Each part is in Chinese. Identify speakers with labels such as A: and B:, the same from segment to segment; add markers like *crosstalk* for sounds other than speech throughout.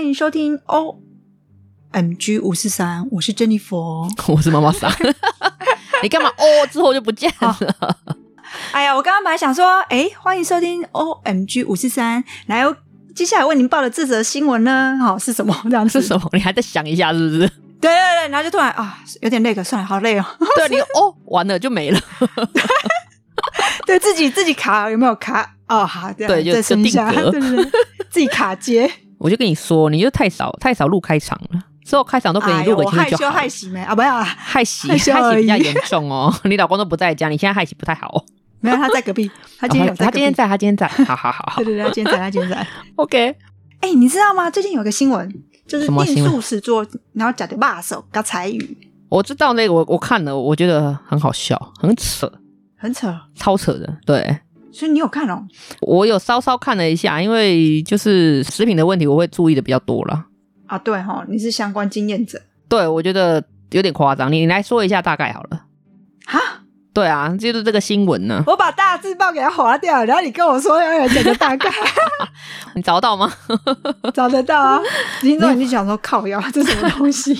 A: 迎收听
B: 哦
A: O M G 五四三，我是珍妮佛。
B: *laughs* 我是妈
A: *laughs*
B: 妈桑。你干嘛哦？之后就不见了。
A: 哎呀，我刚刚本来想说，哎，欢迎收听 O M G 五四三，来，哦接下来为您报的这则新闻呢，好是什么？ *laughs* 这样子
B: 是什么？你还在想一下是不是？
A: 对对对，然后就突然啊，有点累了，算了，好累哦。 *laughs*
B: 对，你哦，完了就没了。
A: 对自己自己卡有没有卡？哦，好，这样
B: 对就
A: 再升一下，
B: 就定格
A: *laughs* 对对对，自己卡接。
B: 我就跟你说，你就太少太少录开场了。之后开场都给
A: 哎
B: 你
A: 呦，
B: 录
A: 我
B: 个进
A: 害
B: 去就
A: 羞
B: 好了
A: 害。喜没啊，没有啦，
B: 害喜
A: 害
B: *laughs* 害
A: 羞
B: 喜
A: 而已
B: 比较严重哦， *laughs* 你老公都不在家，你现在害喜不太好哦。
A: 没有他在隔壁， *laughs* 他今天有
B: 哦他
A: 在
B: 他
A: 隔
B: 今
A: 壁
B: 天。在，他今
A: *laughs*
B: 天在，好好好好
A: 对对对，他今天在，他今天在。
B: ，OK。
A: 哎、你知道吗？最近有个新闻，就是
B: 什么新
A: 订
B: 闻
A: 素食桌，然后讲的骂手跟才语，
B: 我知道那个，我我看了，我觉得很好笑，很扯，
A: 很扯。
B: 超扯的。对
A: 所以你有看哦？
B: 我有稍稍看了一下，因为就是食品的问题，我会注意的比较多啦。
A: 啊，对哈、哦，你是相关经验者
B: 对，我觉得有点夸张，你你来说一下大概好了。
A: 哈，
B: 对啊，就是这个新
A: *laughs*
B: 闻呢，
A: 我把大字报给它划掉，然后你跟我说要讲个
B: *laughs*
A: 大概，
B: 你找到吗？
A: 找得到啊？听众你想说靠腰，这什么东
B: *laughs*
A: 西？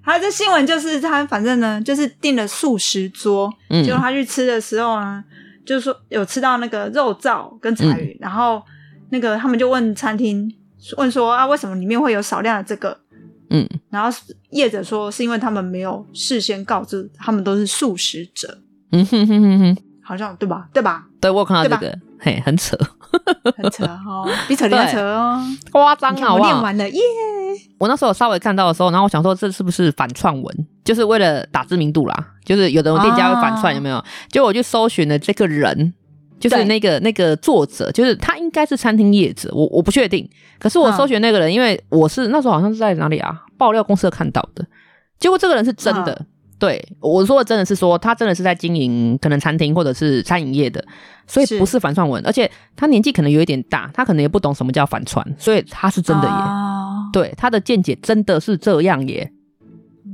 A: 还有这新闻就是他，反正呢，就是订了素食桌，
B: 嗯
A: 结果他去吃的时候呢，就是说有吃到那个肉燥跟柴鱼，
B: 嗯
A: 然后那个他们就问餐厅问说啊，为什么里面会有少量的这个？
B: 嗯， *laughs*
A: 然后业者说是因为他们没有事先告知，他们都是素食者，
B: 嗯哼哼哼哼，
A: 好像对吧？对吧？
B: 对我有看
A: 对
B: 到
A: 吧
B: 这个，嘿，很扯，
A: 很扯
B: *laughs*
A: 哦，比扯离扯哦。
B: 夸张啊
A: 你看
B: 好
A: 我
B: 不
A: 念
B: 好？
A: 完了耶！
B: 我那时候稍微看到的时候，然后我想说这是不是反串文，就是为了打知名度啦，就是有的店家会反串，
A: 啊
B: 有没有？结果我就搜寻了这个人。就是
A: 对
B: 那个那个作者，就是他应该是餐厅业者，我我不确定。可是我
A: 嗯
B: 搜寻那个人，因为我是那时候好像是在哪里啊爆料公社看到的，结果这个人是真的。嗯对我说的真的是说他真的是在经营可能餐厅或者是餐饮业的，所以
A: 是
B: 不是反串文，而且他年纪可能有一点大，他可能也不懂什么叫反串，所以他是真的耶。
A: 啊
B: 对他的见解真的是这样耶。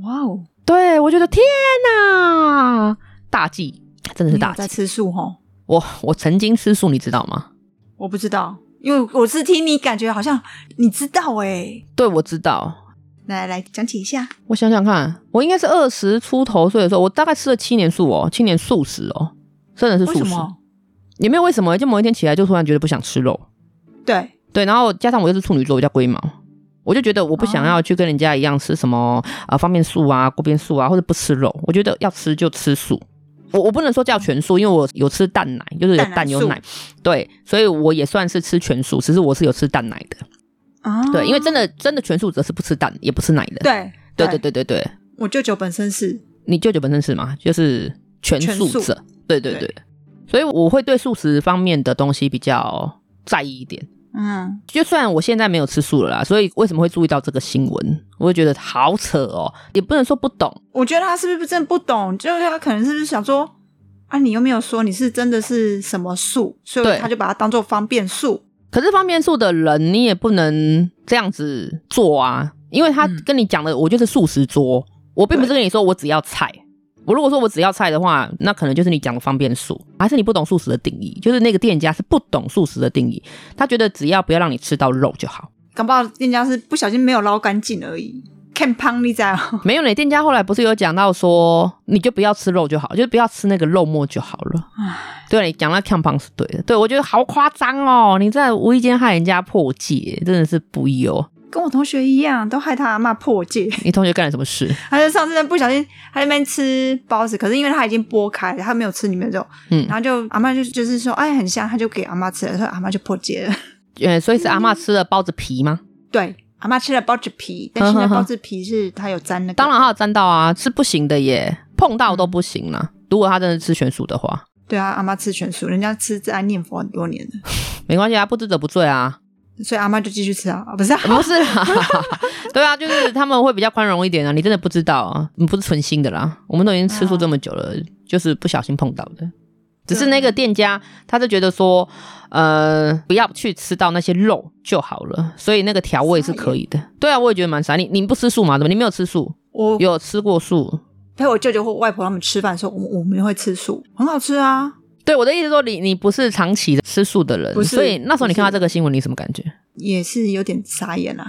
A: 哇哦，
B: 对我觉得天哪，大忌，真的是
A: 你有
B: 大
A: 在
B: 忌。
A: 吃素哦？
B: 我我曾经吃素，你知道吗？
A: 我不知道，因为我是听你感觉好像你知道哎、
B: 对，我知道。
A: 来来讲解一下，
B: 我想想看，我应该是二十出头岁的时候，我大概吃了七年素哦，七年素食哦，真的是
A: 为
B: 素
A: 什
B: 食。
A: 么？
B: 也没有为什么，就某一天起来就突然觉得不想吃肉。
A: 对，
B: 对，然后加上我又是处女座，我叫龟毛，我就觉得我不
A: 哦
B: 想要去跟人家一样吃什么啊、呃方便素啊、锅边素啊，或者不吃肉。我觉得要吃就吃素。我我不能说叫全素，因为我有吃蛋奶，就是有
A: 蛋奶
B: 蛋有
A: 素
B: 奶，对，所以我也算是吃全素，只是我是有吃蛋奶的，
A: 啊，
B: 对，因为真的真的全素者是不吃蛋也不吃奶的，
A: 对
B: 对对，对对对，
A: 我舅舅本身是
B: 你舅舅本身是嘛，就是全素
A: 全
B: 者，对对
A: 对
B: 对，所以我会对素食方面的东西比较在意一点。
A: 嗯，
B: 就虽然我现在没有吃素了啦，所以为什么会注意到这个新闻？我会觉得好扯哦，也不能说不懂，
A: 我觉得他是不是真的不懂？就是他可能是不是想说啊，你又没有说你是真的是什么素，所以
B: 对
A: 他就把它当做方便素。
B: 可是方便素的人你也不能这样子做啊，因为他
A: 嗯
B: 跟你讲的，我就是素食桌，我并不是跟你说我只要菜。我如果说我只要菜的话，那可能就是你讲的方便素，还是你不懂素食的定义，就是那个店家是不懂素食的定义，他觉得只要不要让你吃到肉就好。
A: 搞不好店家是不小心没有捞干净而已，看胖你在哦。
B: 没有呢，店家后来不是有讲到说，你就不要吃肉就好，就是不要吃那个肉末就好了。对，你讲到抗胖是对的，对我觉得好夸张哦！你在无意间害人家破戒，真的是不义哦。
A: *laughs* 跟我同学一样，都害他阿妈破戒。 *laughs*
B: 你同学干了什么事？
A: 他就上次不小心，他在那边吃包子，可是因为他已经剥开了，他没有吃里面的肉，
B: 嗯
A: 然后就阿妈就就是说，哎，很香，他就给阿妈吃了，所以阿妈就破戒了。
B: 呃，所以是阿嬷吃了包子皮吗？
A: 对，阿妈吃了包子皮，但是那
B: 呵呵呵
A: 包子皮是它有沾那个，
B: 当然，她有沾到啊，是不行的耶，碰到都不行啦。如果她真的吃全素的话，
A: 对啊，阿妈吃全素，人家吃斋念佛很多年了，
B: 没关系啊，不知者不罪啊，
A: 所以阿妈就继续吃啊，啊不是、啊，
B: 不是啦， *laughs* 对啊，就是他们会比较宽容一点啊。你真的不知道啊，你不是存心的啦。我们都已经吃素这么久
A: 啊
B: 了，就是不小心碰到的。只是那个店家，他就觉得说，呃，不要去吃到那些肉就好了，所以那个调味是可以的。对啊，我也觉得蛮傻。你你不吃素吗？怎么你没有吃素？
A: 我
B: 有吃过素？
A: 陪我舅舅或外婆他们吃饭的时候，我们我们会吃素，很好吃啊，
B: 对我的意思是说，你你不是长期的吃素的人，
A: 不是
B: 所以那时候你看
A: 不
B: 到
A: 是
B: 这个新闻，你什么感觉？
A: 也是有点傻眼啦。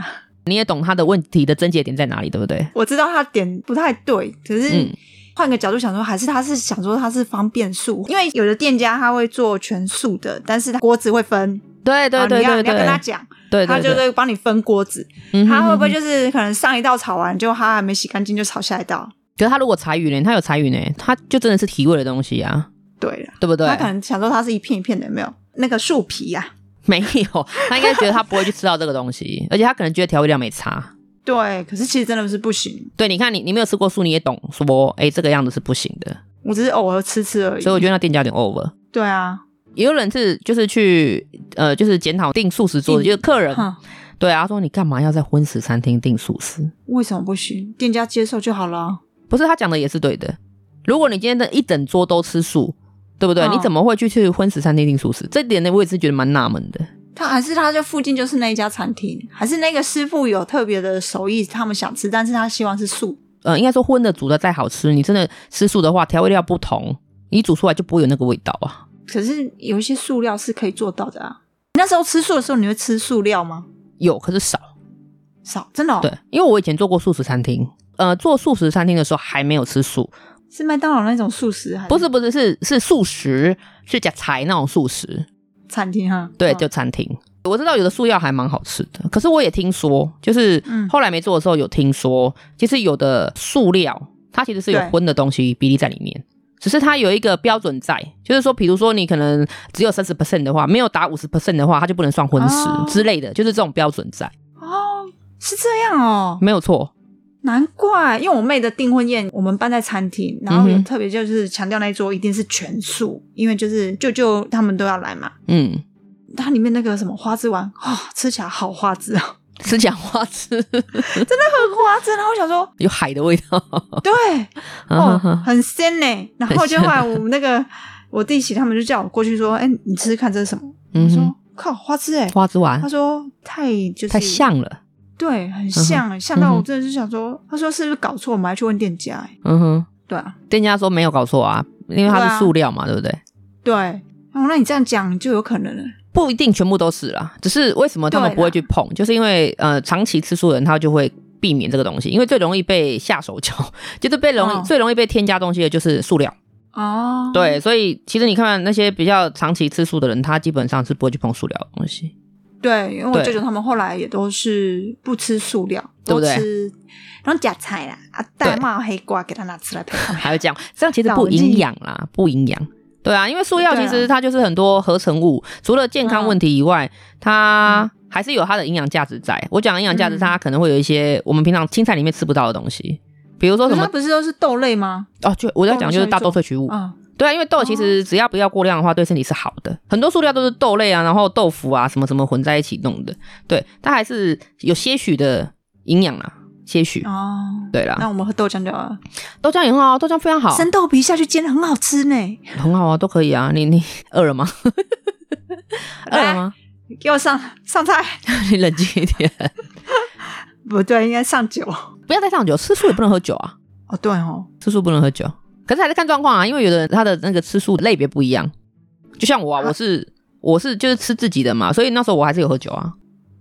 B: 你也懂他的问题的症结点在哪里，对不对？
A: 我知道他点不太对，可是
B: 嗯
A: 换个角度想说，还是他是想说他是方便素，因为有的店家他会做全素的，但是他锅子会分，
B: 对对
A: 啊
B: 对
A: 你要
B: 对
A: 你要跟他
B: 对，
A: 讲，
B: 对
A: 他
B: 对
A: 就
B: 对，
A: 会帮你分锅子，
B: 嗯哼
A: 他会不会
B: 哼哼？
A: 就是可能上一道炒完，就他还没洗干净就炒下一道？
B: 可是他如果柴鱼呢？他有柴鱼呢？他就真的是提味的东西啊，
A: 对了，
B: 对不对
A: 他？可能想说它是一片一片的，有没有那个树皮啊呀、
B: 没有， *laughs* 他应该觉得他不会去吃到这个
A: *laughs*
B: 东西，而且他可能觉得调味料没差。
A: 对，可是其实真的是不行，
B: 对，你看你你没有吃过素，你也懂说，哎，这个样子是不行的。
A: 我只是偶尔吃吃而已
B: 所以。我觉得那店家有点 over。
A: 对啊，
B: 也有人是就是去呃，就是检讨订素食桌的，
A: 订
B: 就是客人
A: 哼，
B: 对啊，他说你干嘛要在荤食餐厅订素食？
A: 为什么不行？店家接受就好了。
B: 不是他讲的也是对的。如果你今天的一整桌都吃素，对不对？
A: 嗯
B: 你怎么会去去荤食餐厅订素食？这点呢，我也是觉得蛮纳闷的。
A: 他还是他就附近就是那一家餐厅，还是那个师傅有特别的手艺，他们想吃，但是他希望是素。
B: 呃，应该说荤的煮的再好吃，你真的吃素的话，调味料不同，你煮出来就不会有那个味道啊。
A: 可是有一些塑料是可以做到的啊。那时候吃素的时候，你会吃塑料吗？
B: 有，可是少。
A: 少，真的、哦。
B: 对，，因为我以前做过素食餐厅，呃，做素食餐厅的时候还没有吃素，
A: 是麦当劳那种素食还
B: 不是不是是是素食，是夹柴那种素食，
A: 餐厅哈？
B: 对，
A: 嗯
B: 就餐厅。我知道有的素药还蛮好吃的，可是我也听说，就是
A: 嗯
B: 后来没做的时候有听说，其实有的素料它其实是有
A: 对
B: 荤的东西比例在里面，只是它有一个标准在，就是说，比如说你可能只有三十 percent 的话，没有达五十 percent 的话，它就不能算荤食
A: 哦
B: 之类的，就是这种标准在，
A: 哦，是这样哦。
B: 没有错。
A: 难怪，因为我妹的订婚宴，我们办在餐厅，然后
B: 嗯
A: 有
B: 哼
A: 特别就是强调那一桌一定是全素，因为就是舅舅他们都要来嘛。
B: 嗯，
A: 它里面那个什么花枝丸哦，吃起来好花枝哦，
B: *laughs* 吃讲话吃
A: 很花枝。然后我想说，
B: *laughs* 有海的味道，，
A: 对哦
B: 嗯
A: 很鲜呢。然后就后来我们那
B: *laughs*
A: 个我弟媳他们就叫我过去说，哎，你吃吃看这是什么？我
B: 嗯
A: 说、
B: 哼，
A: 靠，花枝哎。
B: 花枝丸
A: 他说太就是
B: 太，像了，
A: 对，很像，欸像
B: 嗯
A: 到
B: 哼
A: 我真的是想说，他说是不是搞错？我们还去问店家，哎，
B: 嗯哼。
A: 对啊，
B: 店家说没有搞错啊，因为它
A: 对啊
B: 是塑料嘛，对不对？
A: 对。哦，那你这样讲就有可能了。
B: 不一定全部都是啦，只是为什么他们
A: 对啦
B: 不会去碰，就是因为呃，长期吃素的人他就会避免这个东西，因为最容易被下手脚， *laughs* 就是被容易、
A: 哦
B: 最容易被添加东西的就是塑料。
A: 哦，
B: 对，所以其实你看那些比较长期吃素的人，他基本上是不会去碰塑料的东西。
A: 对，因为我
B: 对
A: 舅舅他们后来也都是不吃塑料，
B: 对
A: 都
B: 不对
A: 吃然后夹菜啦，啊，大帽黑瓜给他拿出来配饭。
B: 还有这样，这样其实
A: 脑
B: 不营
A: 力
B: 养啦，不营养。对啊，因为塑料
A: 对
B: 其
A: 啊
B: 实它就是很多合成物，除了健康问题以外，它还是有它的营养价值在。我讲的营养价值，
A: 嗯
B: 它可能会有一些我们平常青菜里面吃不到的东西，比如说
A: 可是
B: 什
A: 它
B: 么
A: 不是都是豆类吗？
B: 哦，就我要讲就是大
A: 豆是
B: 豆
A: 一种
B: 萃取物。
A: 啊、
B: 对啊，因为豆其
A: 哦
B: 实只要不要过量的话，对身体是好的。很多塑料都是豆类啊，然后豆腐啊，什么什么混在一起弄的，对，它还是有些许的营养啦，些许。
A: 哦，
B: 对啦，
A: 那我们喝豆浆就好了。
B: 豆浆也很好啊，豆浆非啊常好，
A: 生豆皮下去煎很好吃呢。
B: 很好啊，都可以啊。你你饿
A: *laughs*
B: 了吗？饿了吗？ *laughs*
A: 哎给我上上菜，
B: 你冷静一点，
A: 不对，应该上酒。哦，
B: 不要再上酒，吃素也不能喝酒啊，
A: 对哦，
B: 吃素不能喝酒。可是还是看状况啊，因为有的人他的那个吃素类别不一样。就像我啊，我是我是就是吃自己的嘛，所以那时候我还是有喝酒啊。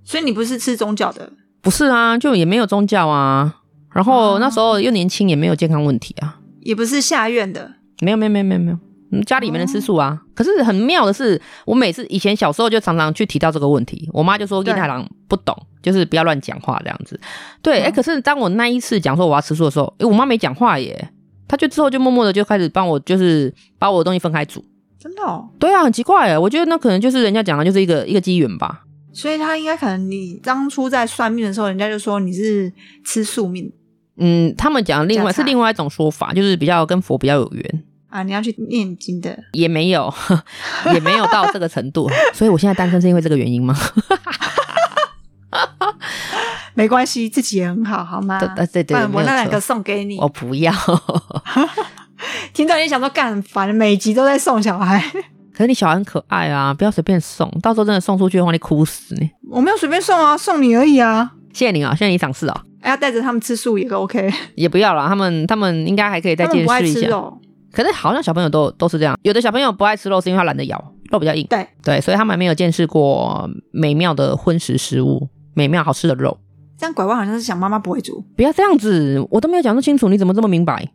A: 所以你不是吃宗教的
B: 不是啊，就也没有宗教啊，然后那时候又年轻，也没有健康问题啊，
A: 也不是下院的，
B: 没有没有没有没有没有，嗯家里没人吃素啊。可是很妙的是，我每次以前小时候就常常去提到这个问题，我妈就说
A: 对
B: 叶太郎不懂，就是不要乱讲话这样子。对，哎、
A: 嗯
B: 可是当我那一次讲说我要吃素的时候，哎、我妈没讲话耶，她就之后就默默的就开始帮我，就是把我的东西分开煮。
A: 真的哦。
B: 对啊，很奇怪哎，我觉得那可能就是人家讲的就是一个一个机缘吧。
A: 所以他应该可能你当初在算命的时候，人家就说你是吃素命
B: 嗯，他们讲另外
A: 加菜
B: 是另外一种说法，就是比较跟佛比较有缘。
A: 啊，你要去念经的。
B: 也没有， *laughs* 也没有到这个程度，所以我现在单身是因为这个原因吗？
A: 没关系，自己也很好，好吗？
B: 对 *laughs* 对对对
A: 啊不然
B: 没
A: 我
B: 有
A: 那两
B: 错哦
A: 个送给你。
B: 我不要。 *laughs*
A: 听到你想说干很烦，每集都在送小孩， *laughs*
B: 可是你小孩很可爱啊，不要随便送，到时候真的送出去的话，你哭死你。
A: 我没有随便送啊，送你而已啊。
B: 谢谢您啊，谢谢你赏识啊，
A: 哎，要带着他们吃素也 OK，
B: 也不要了，他们他们应该还可以再
A: 他
B: 见
A: 们不爱
B: 识一
A: 吃
B: 下。
A: 肉，
B: 可是好像小朋友都都是这样，有的小朋友不爱吃肉是因为他懒得咬，肉比较硬，
A: 对
B: 对，所以他们还没有见识过美妙的荤食食物，美妙好吃的肉。
A: 这样拐弯好像是想妈妈不会煮。
B: 不要这样子，我都没有讲那么清楚，你怎么这么明白？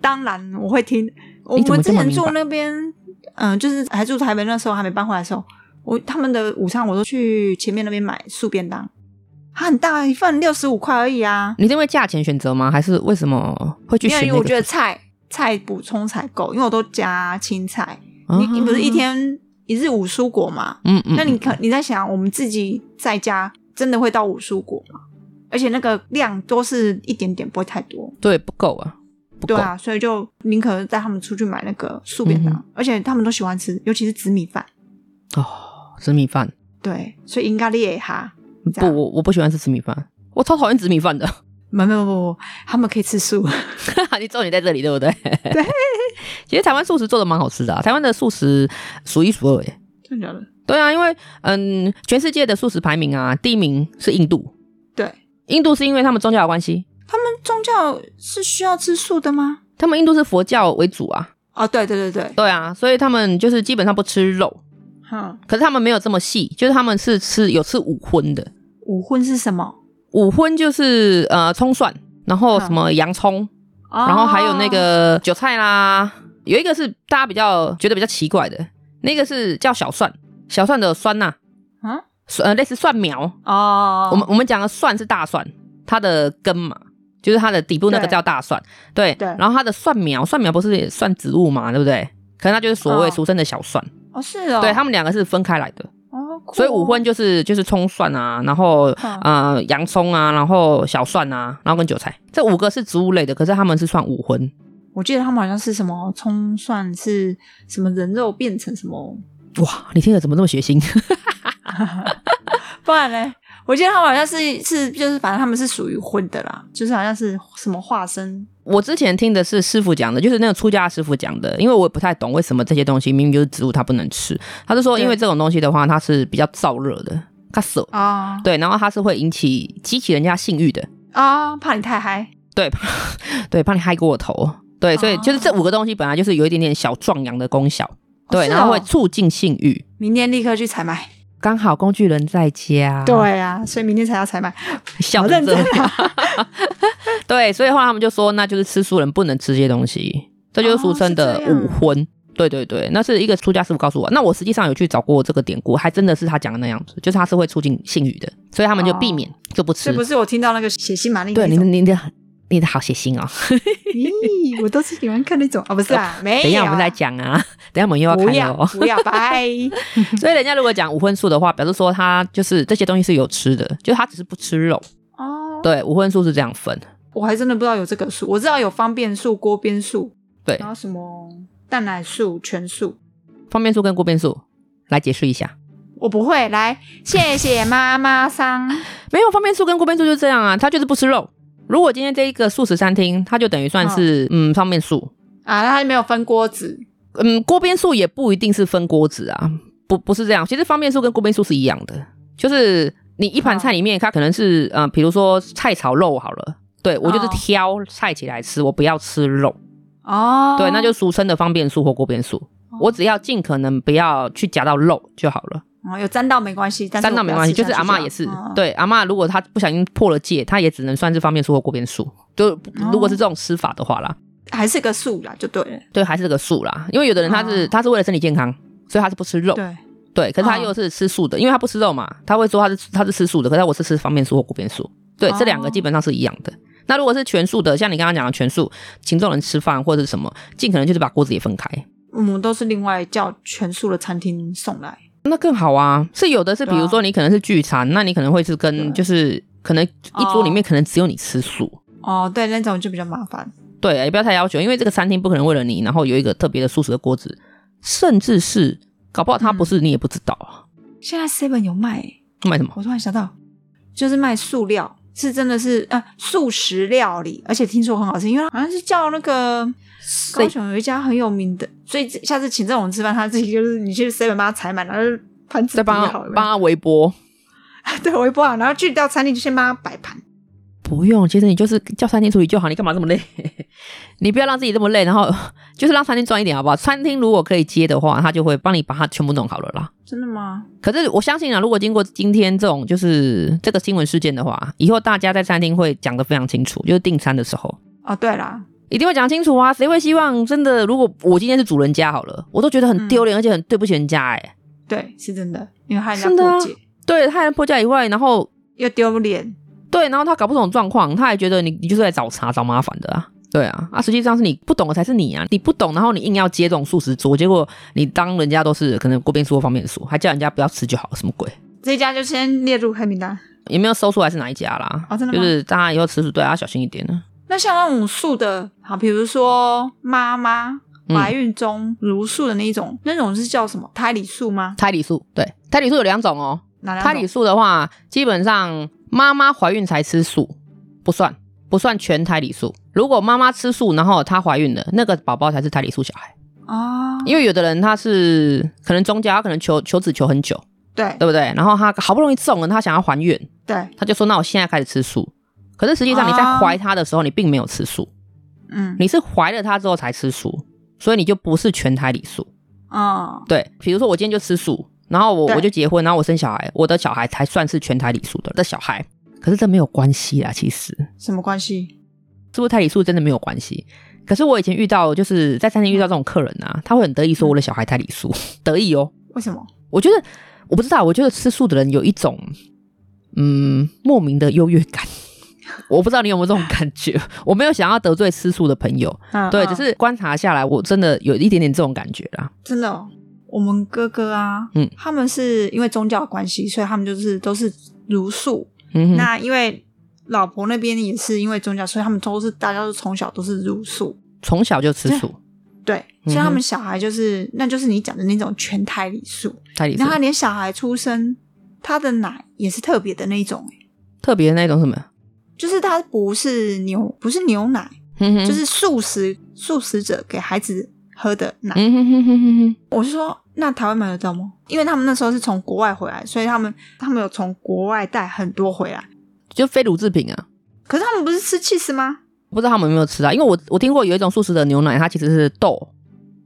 A: 当然我会听。我
B: 你怎么
A: 们之
B: 这么
A: 前
B: 明
A: 住
B: 白
A: 那边，嗯、就是还住台北那时候，还没搬回来的时候，我他们的午餐我都去前面那边买素便当，它很大一份，六十五块而已啊。
B: 你是因为价钱选择吗？还是为什么会去
A: 因
B: 选、那
A: 为
B: 个？
A: 我觉得菜菜补充才够，因为我都加青菜。
B: 啊
A: 你你不是一，天一日五蔬果嘛？
B: 嗯嗯，
A: 那你可你在想，我们自己在家真的会到五蔬果吗？而且那个量都是一点点，不会太多。
B: 对不够啊，不够
A: 对，啊，所以就宁可带他们出去买那个素便当，
B: 嗯
A: 而且他们都喜欢吃，尤其是紫米饭。
B: 哦，紫米饭
A: 对，所以应该列哈。这
B: 不，
A: 样
B: 我我不喜欢吃紫米饭，我超讨厌紫米饭的。 *laughs*
A: 没没没没，他们可以吃素。 *laughs*
B: 你终于在这里，对不对？
A: 对。
B: 其实台湾素食做的蛮好吃的、啊，台湾的素食数一数二耶。
A: 真的假的？
B: 对啊，因为嗯，全世界的素食排名啊，第一名是印度。
A: 对，
B: 印度是因为他们宗教的关系，
A: 他们宗教是需要吃素的吗？
B: 他们印度是佛教为主啊。
A: 哦，对对对对，
B: 对啊，所以他们就是基本上不吃肉，
A: 嗯，
B: 可是他们没有这么细，就是他们是吃有吃五荤的。
A: 五荤是什么？
B: 五荤就是呃葱蒜，然后
A: 嗯
B: 什么洋葱，
A: 哦
B: 然后还有那个韭菜啦，有一个是大家比较觉得比较奇怪的，那个是叫小蒜，小蒜的蒜呐、
A: 嗯
B: 蒜呃类似蒜苗。
A: 哦，
B: 我们我们讲的蒜是大蒜，它的根嘛，就是它的底部那个
A: 对
B: 叫大蒜，对。
A: 对
B: 然后它的蒜苗，蒜苗不是也算植物嘛，对不对？可能它就是所谓
A: 哦
B: 俗称的小蒜，
A: 哦是哦，
B: 对他们两个是分开来的，
A: 哦，酷哦嗯
B: 所以五荤就是就是葱蒜啊，然后呃洋葱啊，然后小蒜啊，然后跟韭菜，这五个是植物类的，可是他们是算五荤，
A: 我记得他们好像是什么葱蒜是什么人肉变成什么，
B: 哇，你听着怎么这么血腥？ *laughs*
A: 不然嘞，我记得他们好像是是就是反正他们是属于荤的啦，就是好像是什么化身，
B: 我之前听的是师傅讲的，就是那个出家的师傅讲的，因为我也不太懂为什么这些东西明明就是植物，它不能吃。他就说，
A: 对
B: 因为这种东西的话，它是比较燥热的，它涩，
A: 啊
B: 对，然后它是会引起激起人家性欲的，
A: 啊，怕你太嗨
B: 对， *laughs* 怕对，怕你嗨过头，对，所以
A: 哦
B: 就是这五个东西本来就是有一点点小壮阳的功效，
A: 哦
B: 对，
A: 是
B: 然后
A: 哦
B: 会促进性欲。
A: 明天立刻去采买。
B: 刚好工具人在家，，
A: 对啊，所以明天才要采买，
B: 笑
A: 好
B: 成
A: 认
B: 这
A: 真
B: 样，
A: 啊！
B: 对，所以后来他们就说，那就是吃素人不能吃这些东西，这就是俗称的
A: 哦是这样
B: 五荤。对对对，那是一个出家师傅告诉我。那我实际上有去找过这个典故，还真的是他讲的那样子，就是他是会促进性欲的，所以他们就避免、就不吃
A: *laughs* 这。不是我听到那个血腥玛丽那
B: 对，
A: 一
B: 你的
A: 种，
B: 你的你的好血腥哦！
A: 咦，我都是喜欢看那种啊，不是
B: *laughs*
A: 啊，没有啊。
B: 等一下我们再讲啊，等一下我们又要
A: 不
B: 开了
A: 要
B: 哦。
A: *laughs* 不要，拜。
B: *laughs* 所以人家如果讲五荤素的话，表示说他就是这些东西是有吃的，就他只是不吃肉。
A: 哦，
B: 对，五荤素是这样分。
A: 我还真的不知道有这个素，我知道有方便素、锅边素，
B: 对
A: 然后什么蛋奶素、全素，
B: 方便素跟锅边素来解释一下。
A: 我不会。来，谢谢妈妈桑。
B: 没有方便素跟锅边素就是这样啊，他就是不吃肉。如果今天这一个素食餐厅，它就等于算是嗯方便素，
A: 啊，它没有分锅子
B: 嗯锅边素也不一定是分锅子啊，不不是这样。其实方便素跟锅边素是一样的，就是你一盘
A: 哦
B: 菜里面，它可能是呃，比如说菜炒肉好了，对我就是
A: 哦
B: 挑菜起来吃，我不要吃肉，
A: 哦。
B: 对，那就俗称的方便素或锅边素。我只要尽可能不要去夹到肉就好了，
A: 哦有沾到没关系，但
B: 沾到没关系。
A: 我不
B: 就
A: 要
B: 是
A: 吃下
B: 阿
A: 去
B: 嬷
A: 就
B: 也是，
A: 好，嗯
B: 对阿嬷如果她不小心破了戒，她也只能算是方便素或锅边素。就
A: 哦
B: 如果是这种吃法的话啦，
A: 嗯还是个素啦，就对了。
B: 对，还是个素啦。因为有的人他是、
A: 哦
B: 他是为了身体健康，所以他是不吃肉，
A: 对，
B: 对。可是他
A: 哦
B: 又是吃素的，因为他不吃肉嘛，他会说他是他是吃素的，可是我是吃方便素或锅边素。对，这两个
A: 哦
B: 基本上是一样的。那如果是全素的，像你刚刚讲的全素，请众人吃饭或者是什么，尽可能就是把锅子也分开。
A: 我们都是另外叫全素的餐厅送来。
B: 那更好啊，是有的是，比
A: 对啊
B: 如说你可能是聚餐，那你可能会是跟
A: 对
B: 就是可能一桌里面
A: 哦
B: 可能只有你吃素，
A: 哦，对，那种就比较麻烦。
B: 对，也不要太要求，因为这个餐厅不可能为了你，然后有一个特别的素食的锅子，甚至是搞不好它不
A: 嗯
B: 是你也不知道啊，
A: 现在 Seven 有卖、欸，
B: 买什么？
A: 我突然想到，就是卖素料，是真的是啊、素食料理，而且听说很好吃，因为它好像是叫那个
B: 所
A: 高
B: 以
A: 雄有一家很有名的，所以下次请这种吃饭，他自己就是你去 Seven 帮他采买，然后就盘子
B: 再帮
A: 好
B: 他帮
A: 了，
B: 他微波，
A: *laughs* 对，微波好，然后去到餐厅就先帮他摆盘。
B: *laughs* 不用，其实你就是叫餐厅处理就好，你干嘛这么累？你不要让自己这么累，然后就是让餐厅赚一点好不好？餐厅如果可以接的话，他就会帮你把它全部弄好了啦。
A: 真的吗？
B: 可是我相信啊，如果经过今天这种就是这个新闻事件的话，以后大家在餐厅会讲得非常清楚，就是订餐的时候
A: 哦，对啦，
B: 一定会讲清楚啊。谁会希望真的？如果我今天是主人家好了，我都觉得很丢
A: 嗯
B: 脸，而且很对不起人家哎、
A: 对，是真的，因为害人
B: 真
A: 家
B: 的啊
A: 破解、
B: 对，害人破家以外，然后
A: 又丢脸，
B: 对，然后他搞不懂状况，他还觉得你你就是来找茬找麻烦的啊。对啊，啊，实际上是你不懂的才是你啊，你不懂，然后你硬要接这种素食桌，结果你当人家都是可能锅边说方便说，还叫人家不要吃就好，什么鬼？
A: 这一家就先列入黑名单。
B: 也没有搜出来是哪一家啦。
A: 哦真的
B: 就
A: 吗
B: 是大家以后吃素对啊，要小心一点呢。
A: 那像那种素的，好，比如说妈妈
B: 嗯
A: 怀孕中如素的那一种，那种是叫什么胎里素吗？
B: 胎里素，对，胎里素有两种哦。
A: 哪两
B: 胎里
A: 种？
B: 素的话，基本上妈妈怀孕才吃素，不算不算全胎里素。如果妈妈吃素，然后她怀孕了，那个宝宝才是胎里素小孩。
A: 哦，
B: 因为有的人他是可能中间他可能求求子求很久，
A: 对
B: 对不对？然后他好不容易中了，他想要还愿，
A: 对，
B: 他就说：“那我现在开始吃素。”可是实际上你在
A: 啊
B: 怀他的时候，你并没有吃素，
A: 嗯
B: 你是怀了他之后才吃素，所以你就不是全胎里素。
A: 哦，
B: 对，比如说我今天就吃素，然后我
A: 对
B: 我就结婚，然后我生小孩，我的小孩才算是全胎里素的的小孩。可是这没有关系啦，其实
A: 什么关系？
B: 是不是胎里素真的没有关系。可是我以前遇到，就是在餐厅遇到这种客人啊，他会很得意说我的小孩胎里素， *laughs* 得意哦。
A: 为什么？
B: 我觉得我不知道，我觉得吃素的人有一种嗯莫名的优越感。 *laughs* 我不知道你有没有这种感觉，我没有想要得罪吃素的朋友，
A: 嗯，
B: 对，
A: 嗯
B: 只是观察下来，我真的有一点点这种感觉啦。
A: 真的、哦，我们哥哥啊，
B: 嗯
A: 他们是因为宗教的关系，所以他们就是都是儒术。
B: 嗯哼，
A: 那因为老婆那边也是因为宗教，所以他们都是大家都从小都是儒术。
B: 从小就吃素，
A: 对，所以他
B: 嗯
A: 们小孩就是，那就是你讲的那种全胎里素，
B: 胎里素
A: 然后他连小孩出生，他的奶也是特别的那一种、欸
B: 特别的那种什么，
A: 就是它不是牛，不是牛奶，
B: 嗯哼，
A: 就是素食素食者给孩子喝的奶。
B: 嗯哼哼哼哼哼，
A: 我是说，那台湾买得到吗？因为他们那时候是从国外回来，所以他们他们有从国外带很多回来。
B: 就非乳制品啊。
A: 可是他们不是吃 cheese 吗？
B: 不知道他们有没有吃啊？因为我我听过有一种素食的牛奶，它其实是豆，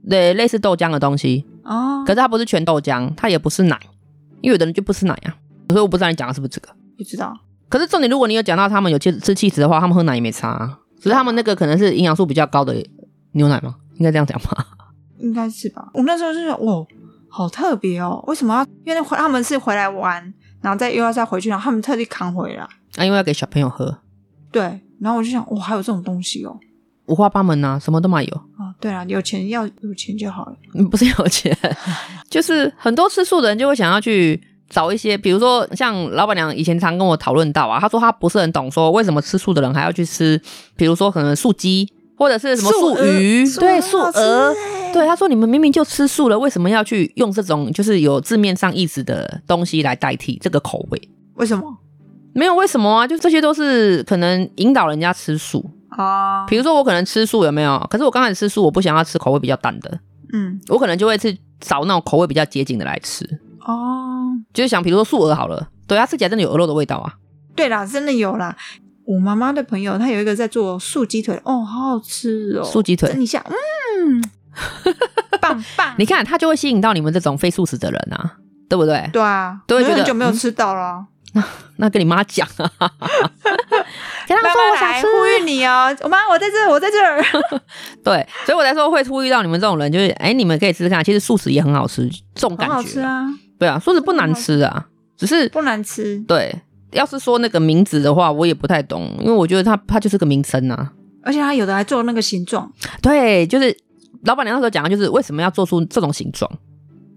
B: 对，类似豆浆的东西，
A: 哦
B: 可，是它不是全豆浆，它也不是奶，因为有的人就不吃奶啊。所以我不知道你讲的是不是这个。
A: 不知道。
B: 可是重点，如果你有讲到他们有吃吃气质的话，他们喝奶也没差、啊，只是他们那个可能是营养素比较高的牛奶嘛，应该这样讲吧？
A: 应该是吧。我那时候就想，哇，好特别哦！为什么要？因为回他们是回来玩，然后再又要再回去，然后他们特地扛回来。
B: 啊，因为要给小朋友喝，
A: 对，然后我就想，哇，还有这种东西哦！
B: 五花八门呐、啊，什么都买有。
A: 啊，对啦，有钱要有钱就好了。
B: 嗯不是
A: *laughs*
B: 有钱，就是很多吃素的人就会想要去找一些，比如说像老板娘以前常跟我讨论到啊，她说她不是很懂说为什么吃素的人还要去吃，比如说可能素鸡或者是什么素
A: 鹅
B: 鱼，对，素
A: 素鹅好吃
B: 鹅。
A: 欸
B: 对，她说你们明明就吃素了，为什么要去用这种就是有字面上意思的东西来代替这个口味？
A: 为什
B: 哦
A: 么
B: 没有为什么啊，就这些都是可能引导人家吃素。
A: 啊？
B: 比如说我可能吃素有没有？可是我刚开始吃素，我不想要吃口味比较淡的，
A: 嗯，
B: 我可能就会去找那种口味比较接近的来吃，
A: 哦，
B: 就是想比如说素鹅好了，对，它吃起来真的有鹅肉的味道啊，
A: 对啦，真的有啦。我妈妈的朋友，她有一个在做素鸡腿，哦，好好吃哦，
B: 素鸡腿
A: 蒸一下，嗯，
B: *laughs*
A: 棒棒。
B: 你看它就会吸引到你们这种非素食的人啊，对不对？
A: 对啊，
B: 都会觉
A: 我
B: 得
A: 很久没有
B: 嗯
A: 吃到了。啊
B: 那跟你妈讲啊，
A: *laughs*
B: 跟他
A: 妈
B: 们说我
A: 妈
B: 想
A: 来
B: 吃，
A: 呼吁你哦，我妈我在这儿，我在这儿。
B: 对，所以我才说会呼吁到你们这种人，就是哎，你们可以试试看，其实素食也很好吃，这种感
A: 很好
B: 觉，
A: 吃啊，
B: 对啊，素食不难吃啊，只是
A: 不难吃，
B: 对，要是说那个名字的话，我也不太懂，因为我觉得它它就是个名称啊，
A: 而且它有的还做那个形状，
B: 对，就是老板娘那时候讲的就是为什么要做出这种形状。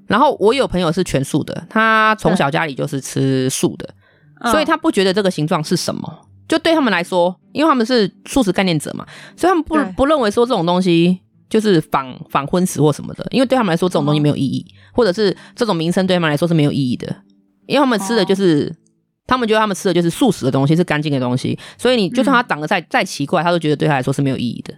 B: 然后我有朋友是全素的，他从小家里就是吃素的，
A: 嗯
B: 所以他不觉得这个形状是什么。就对他们来说，因为他们是素食概念者嘛，所以他们不
A: 对
B: 不认为说这种东西就是仿仿荤食或什么的，因为对他们来说这种
A: 嗯
B: 东西没有意义，或者是这种名称对他们来说是没有意义的，因为他们吃的就是、
A: 哦
B: 他们觉得他们吃的就是素食的东西，是干净的东西，所以你就算
A: 嗯
B: 它长得再、再奇怪，他都觉得对他来说是没有意义的。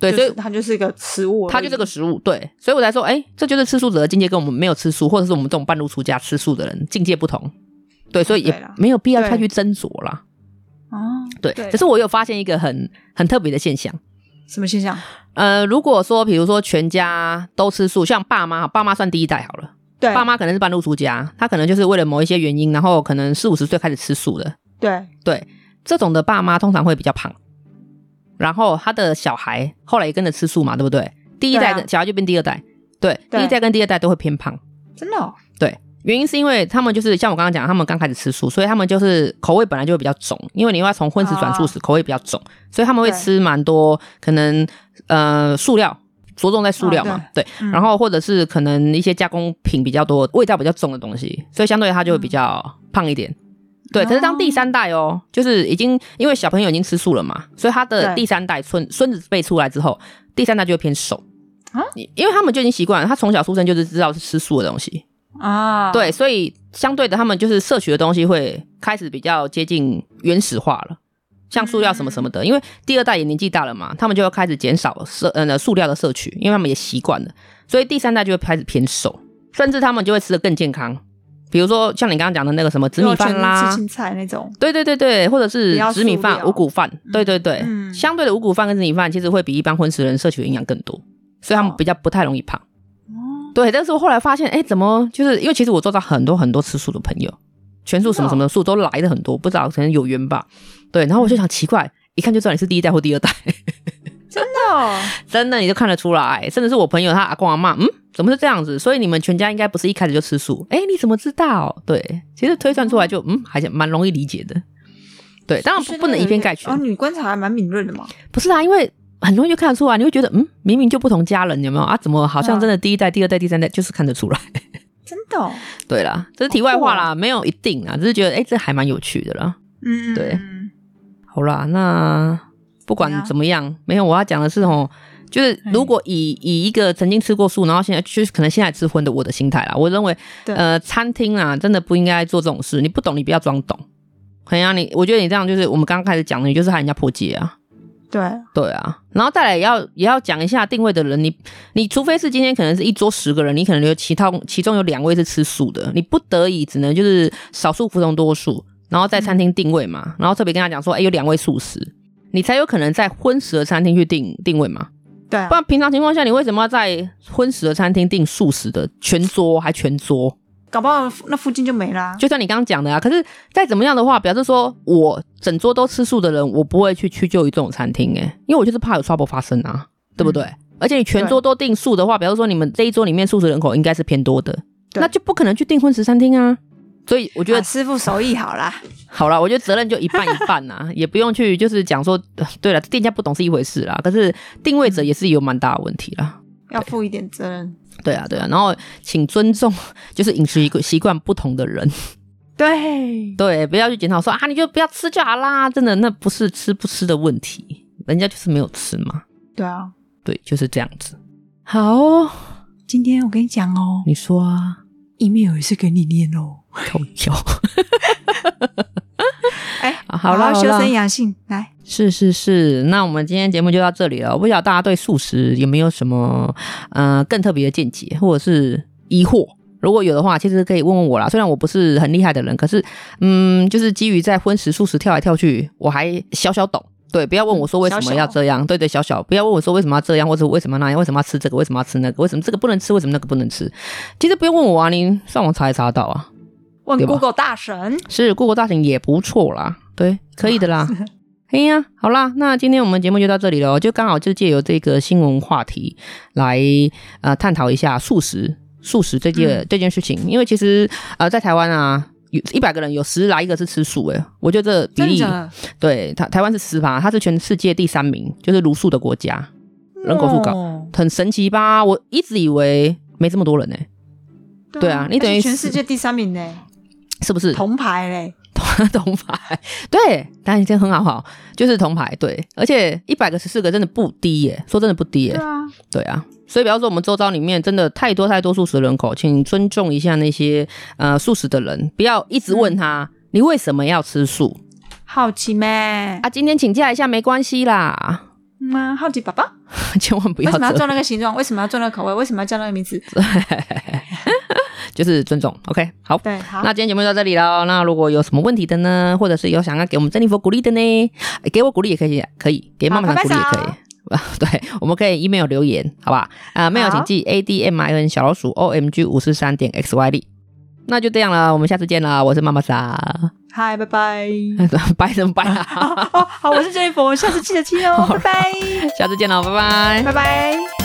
B: 对，
A: 就
B: 所以
A: 是它就是一个食物而已，
B: 它就是个食物，对，所以我才说，哎、这就是吃素者的境界，跟我们没有吃素，或者是我们这种半路出家吃素的人境界不同，对，所以
A: 对
B: 也
A: 啦
B: 没有必要
A: 对
B: 太去斟酌啦，
A: 哦，
B: 对。
A: 对
B: 只是我有发现一个很很特别的现象，
A: 什么现象？
B: 呃，如果说比如说全家都吃素，像爸妈，爸妈算第一代好了，
A: 对，
B: 爸妈可能是半路出家，他可能就是为了某一些原因，然后可能四五十岁开始吃素的，
A: 对，
B: 对，这种的爸妈通常会比较胖，然后他的小孩后来也跟着吃素嘛，对不对？第一代的、
A: 对啊
B: 小孩就变第二代，对，
A: 对
B: 第一代跟第二代都会偏胖，
A: 真的、哦，
B: 对。原因是因为他们就是像我刚刚讲，他们刚开始吃素，所以他们就是口味本来就会比较重，因为你要从荤食转素食，口味比较重，所以他们会
A: 对
B: 吃蛮多可能呃塑料，着重在塑料嘛，
A: 哦
B: 对，
A: 嗯
B: 然后或者是可能一些加工品比较多，味道比较重的东西，所以相对它就会比较胖一点。
A: 哦
B: 对，可是当第三代哦，就是已经因为小朋友已经吃素了嘛，所以他的
A: 对
B: 第三代孙孙子辈出来之后，第三代就会偏瘦
A: 啊，
B: 因为他们就已经习惯了，他从小出生就是知道是吃素的东西，
A: 啊，
B: 对，所以相对的他们就是摄取的东西会开始比较接近原始化了。像塑料什
A: 嗯
B: 么什么的，因为第二代也年纪大了嘛，他们就会开始减少摄呃塑料的摄取，因为他们也习惯了，所以第三代就会开始偏瘦，甚至他们就会吃的更健康，比如说像你刚刚讲的那个什么紫
A: 如
B: 米
A: 果全
B: 饭
A: 部
B: 啦
A: 吃，青菜那种，
B: 对对对对，或者
A: 比
B: 是
A: 较
B: 紫米
A: 塑
B: 饭、
A: 料
B: 五谷饭，对对对，
A: 嗯
B: 相对的五谷饭跟紫米饭其实会比一般荤食人摄取的营养更多，所以他们
A: 哦
B: 比较不太容易胖。
A: 哦，
B: 对，但是我后来发现，哎，怎么就是因为其实我周遭很多很多吃素的朋友，全
A: 哦
B: 素什么什么的素都来的很多，不知道可能有缘吧。对，然后
A: 嗯
B: 我就想奇怪，一看就知道你是第一代或第二代，
A: 真的、哦，
B: 真的你就看得出来。甚至是我朋友他阿公阿妈，嗯，怎么是这样子？所以你们全家应该不是一开始就吃素？哎，你怎么知道？对，其实推算出来就嗯，还是蛮容易理解的。对， *laughs* 当然
A: 所
B: 不
A: 以
B: 不能
A: 那个
B: 以偏概全
A: 哦，，你观察还蛮敏锐的嘛，
B: 不是啊，因为很容易就看得出来，你会觉得嗯，明明就不同家人，有没有啊？怎么好像真的第一代、第二代、第三代就是看得出来？
A: 真的、哦，
B: 对啦，这是题外话啦，没有一定啊，只是觉得哎、诶这还蛮有趣的啦。
A: 嗯，
B: 对
A: 嗯
B: 好啦，那不管怎么样，没有我要讲的是哦，就是如果以以一个曾经吃过素，然后现在就是可能现在吃荤的我的心态啦，我认为
A: 对
B: 呃餐厅啊真的不应该做这种事，你不懂你不要装懂。很啊，你我觉得你这样就是我们刚刚开始讲的，你就是害人家破戒啊。
A: 对，
B: 对啊，然后再来也要也要讲一下定位的人，你你除非是今天可能是一桌十个人，你可能有其他其中有两位是吃素的，你不得已只能就是少数服从多数，然后在餐厅定位嘛，然后特别跟他讲说，哎，有两位素食，你才有可能在荤食的餐厅去定定位嘛，
A: 对啊
B: 不，然平常情况下你为什么要在荤食的餐厅定素食的全桌还全桌？
A: 搞不好那附近就没啦、
B: 就像你刚刚讲的啊，可是再怎么样的话，表示说我整桌都吃素的人，我不会去屈就于这种餐厅诶、因为我就是怕有 trouble 发生啊，对不对？
A: 嗯
B: 而且你全桌都订素的话，表示说你们这一桌里面素食人口应该是偏多的，
A: 对
B: 那就不可能去订荤食餐厅啊。所以我觉得、
A: 啊师傅手艺好啦，
B: 好了，我觉得责任就一半一半呐、 *laughs* 也不用去就是讲说， *laughs* 呃对了，店家不懂是一回事啦，可是定位者也是有蛮大的问题啦。
A: 要负一点责任。
B: 对啊，对啊，然后请尊重 *laughs* 就是饮食习惯习惯不同的人。
A: 对，
B: 对，不要去检讨说啊，你就不要吃就好啦。真的，那不是吃不吃的问题，人家就是没有吃嘛。
A: 对啊，
B: 对，就是这样子。好，
A: 今天我跟你讲哦，
B: 你说啊，
A: email 也是给你念哦。
B: 口球
A: 哎、
B: 啊好啦
A: 好
B: 好
A: 修
B: 啦
A: 身养性，来，
B: 是是是。那我们今天节目就到这里了。我不晓得大家对素食有没有什么呃更特别的见解，或者是疑惑。如果有的话，其实可以问问我啦。虽然我不是很厉害的人，可是，嗯，就是基于在荤食、素食跳来跳去，我还小小懂。对，不要问我说为什么要这样，对对，嗯小小，不要问我说为什么要这样，或者为什么那样，为什么要吃这个，为什么要吃那个，为什么这个不能吃，为什么那个不能吃。其实不用问我啊，你上网查也查得到啊。
A: 问
B: 对吧
A: Google 大神，
B: 是故国大型也不错啦，对，可以的
A: *laughs*
B: 啦。嘿呀、好啦，那今天我们节目就到这里了哦，就刚好就借由这个新闻话题来呃探讨一下素食素食这件、
A: 嗯
B: 这件事情，因为其实呃在台湾啊，有一百个人有十来个是吃素诶、我觉得这
A: 真的
B: 比例
A: 假的
B: 对台台湾是十趴，它是全世界第三名，就是茹素的国家，人口数高，
A: 哦
B: 很神奇吧？我一直以为没这么多人呢、对啊你等
A: 而
B: 于
A: 且全
B: 是
A: 世界第三名呢，
B: 是不是？
A: 铜牌嘞，
B: *laughs* 铜牌，对，但已经很好好，就是铜牌，对，而且一百个十四个真的不低耶，说真的不低
A: 对
B: 耶，
A: 啊，
B: 对啊，所以不要说我们周遭里面真的太多太多素食人口，请尊重一下那些呃素食的人，不要一直问他、你为什么要吃素
A: 好奇咩？
B: 啊，今天请假一下没关系啦，
A: 嗯啊，好奇宝宝，
B: *laughs* 千万不
A: 为
B: 要
A: 什么要
B: 这
A: 做
B: 样，
A: 那个形状？为什么要做那个口味？为什么要叫那个名字？
B: 就是尊重，OK，好。
A: 对，好，
B: 那今天节目就到这里了。那如果有什么问题的哎呢，或者是有想要给我们珍妮佛鼓励的呢，给我鼓励也可以，可以给妈妈
A: 好拍
B: 糖鼓
A: 拍
B: 励也
A: 手
B: 可以。 *laughs* 对，我们可以 email 留言，好吧？啊、没有，
A: 好
B: 请记 a d m i n 小老鼠 o m g 五四三点 x y d。那就这样了，我们下次见啦！我是妈妈莎，
A: 嗨，拜拜。
B: *laughs*
A: *laughs*
B: 拜什么拜啊？ *laughs*
A: 哦，好，我是哦 Jennifer，我们下次记得听哦，拜拜，
B: 下次见了，拜拜
A: 拜。拜。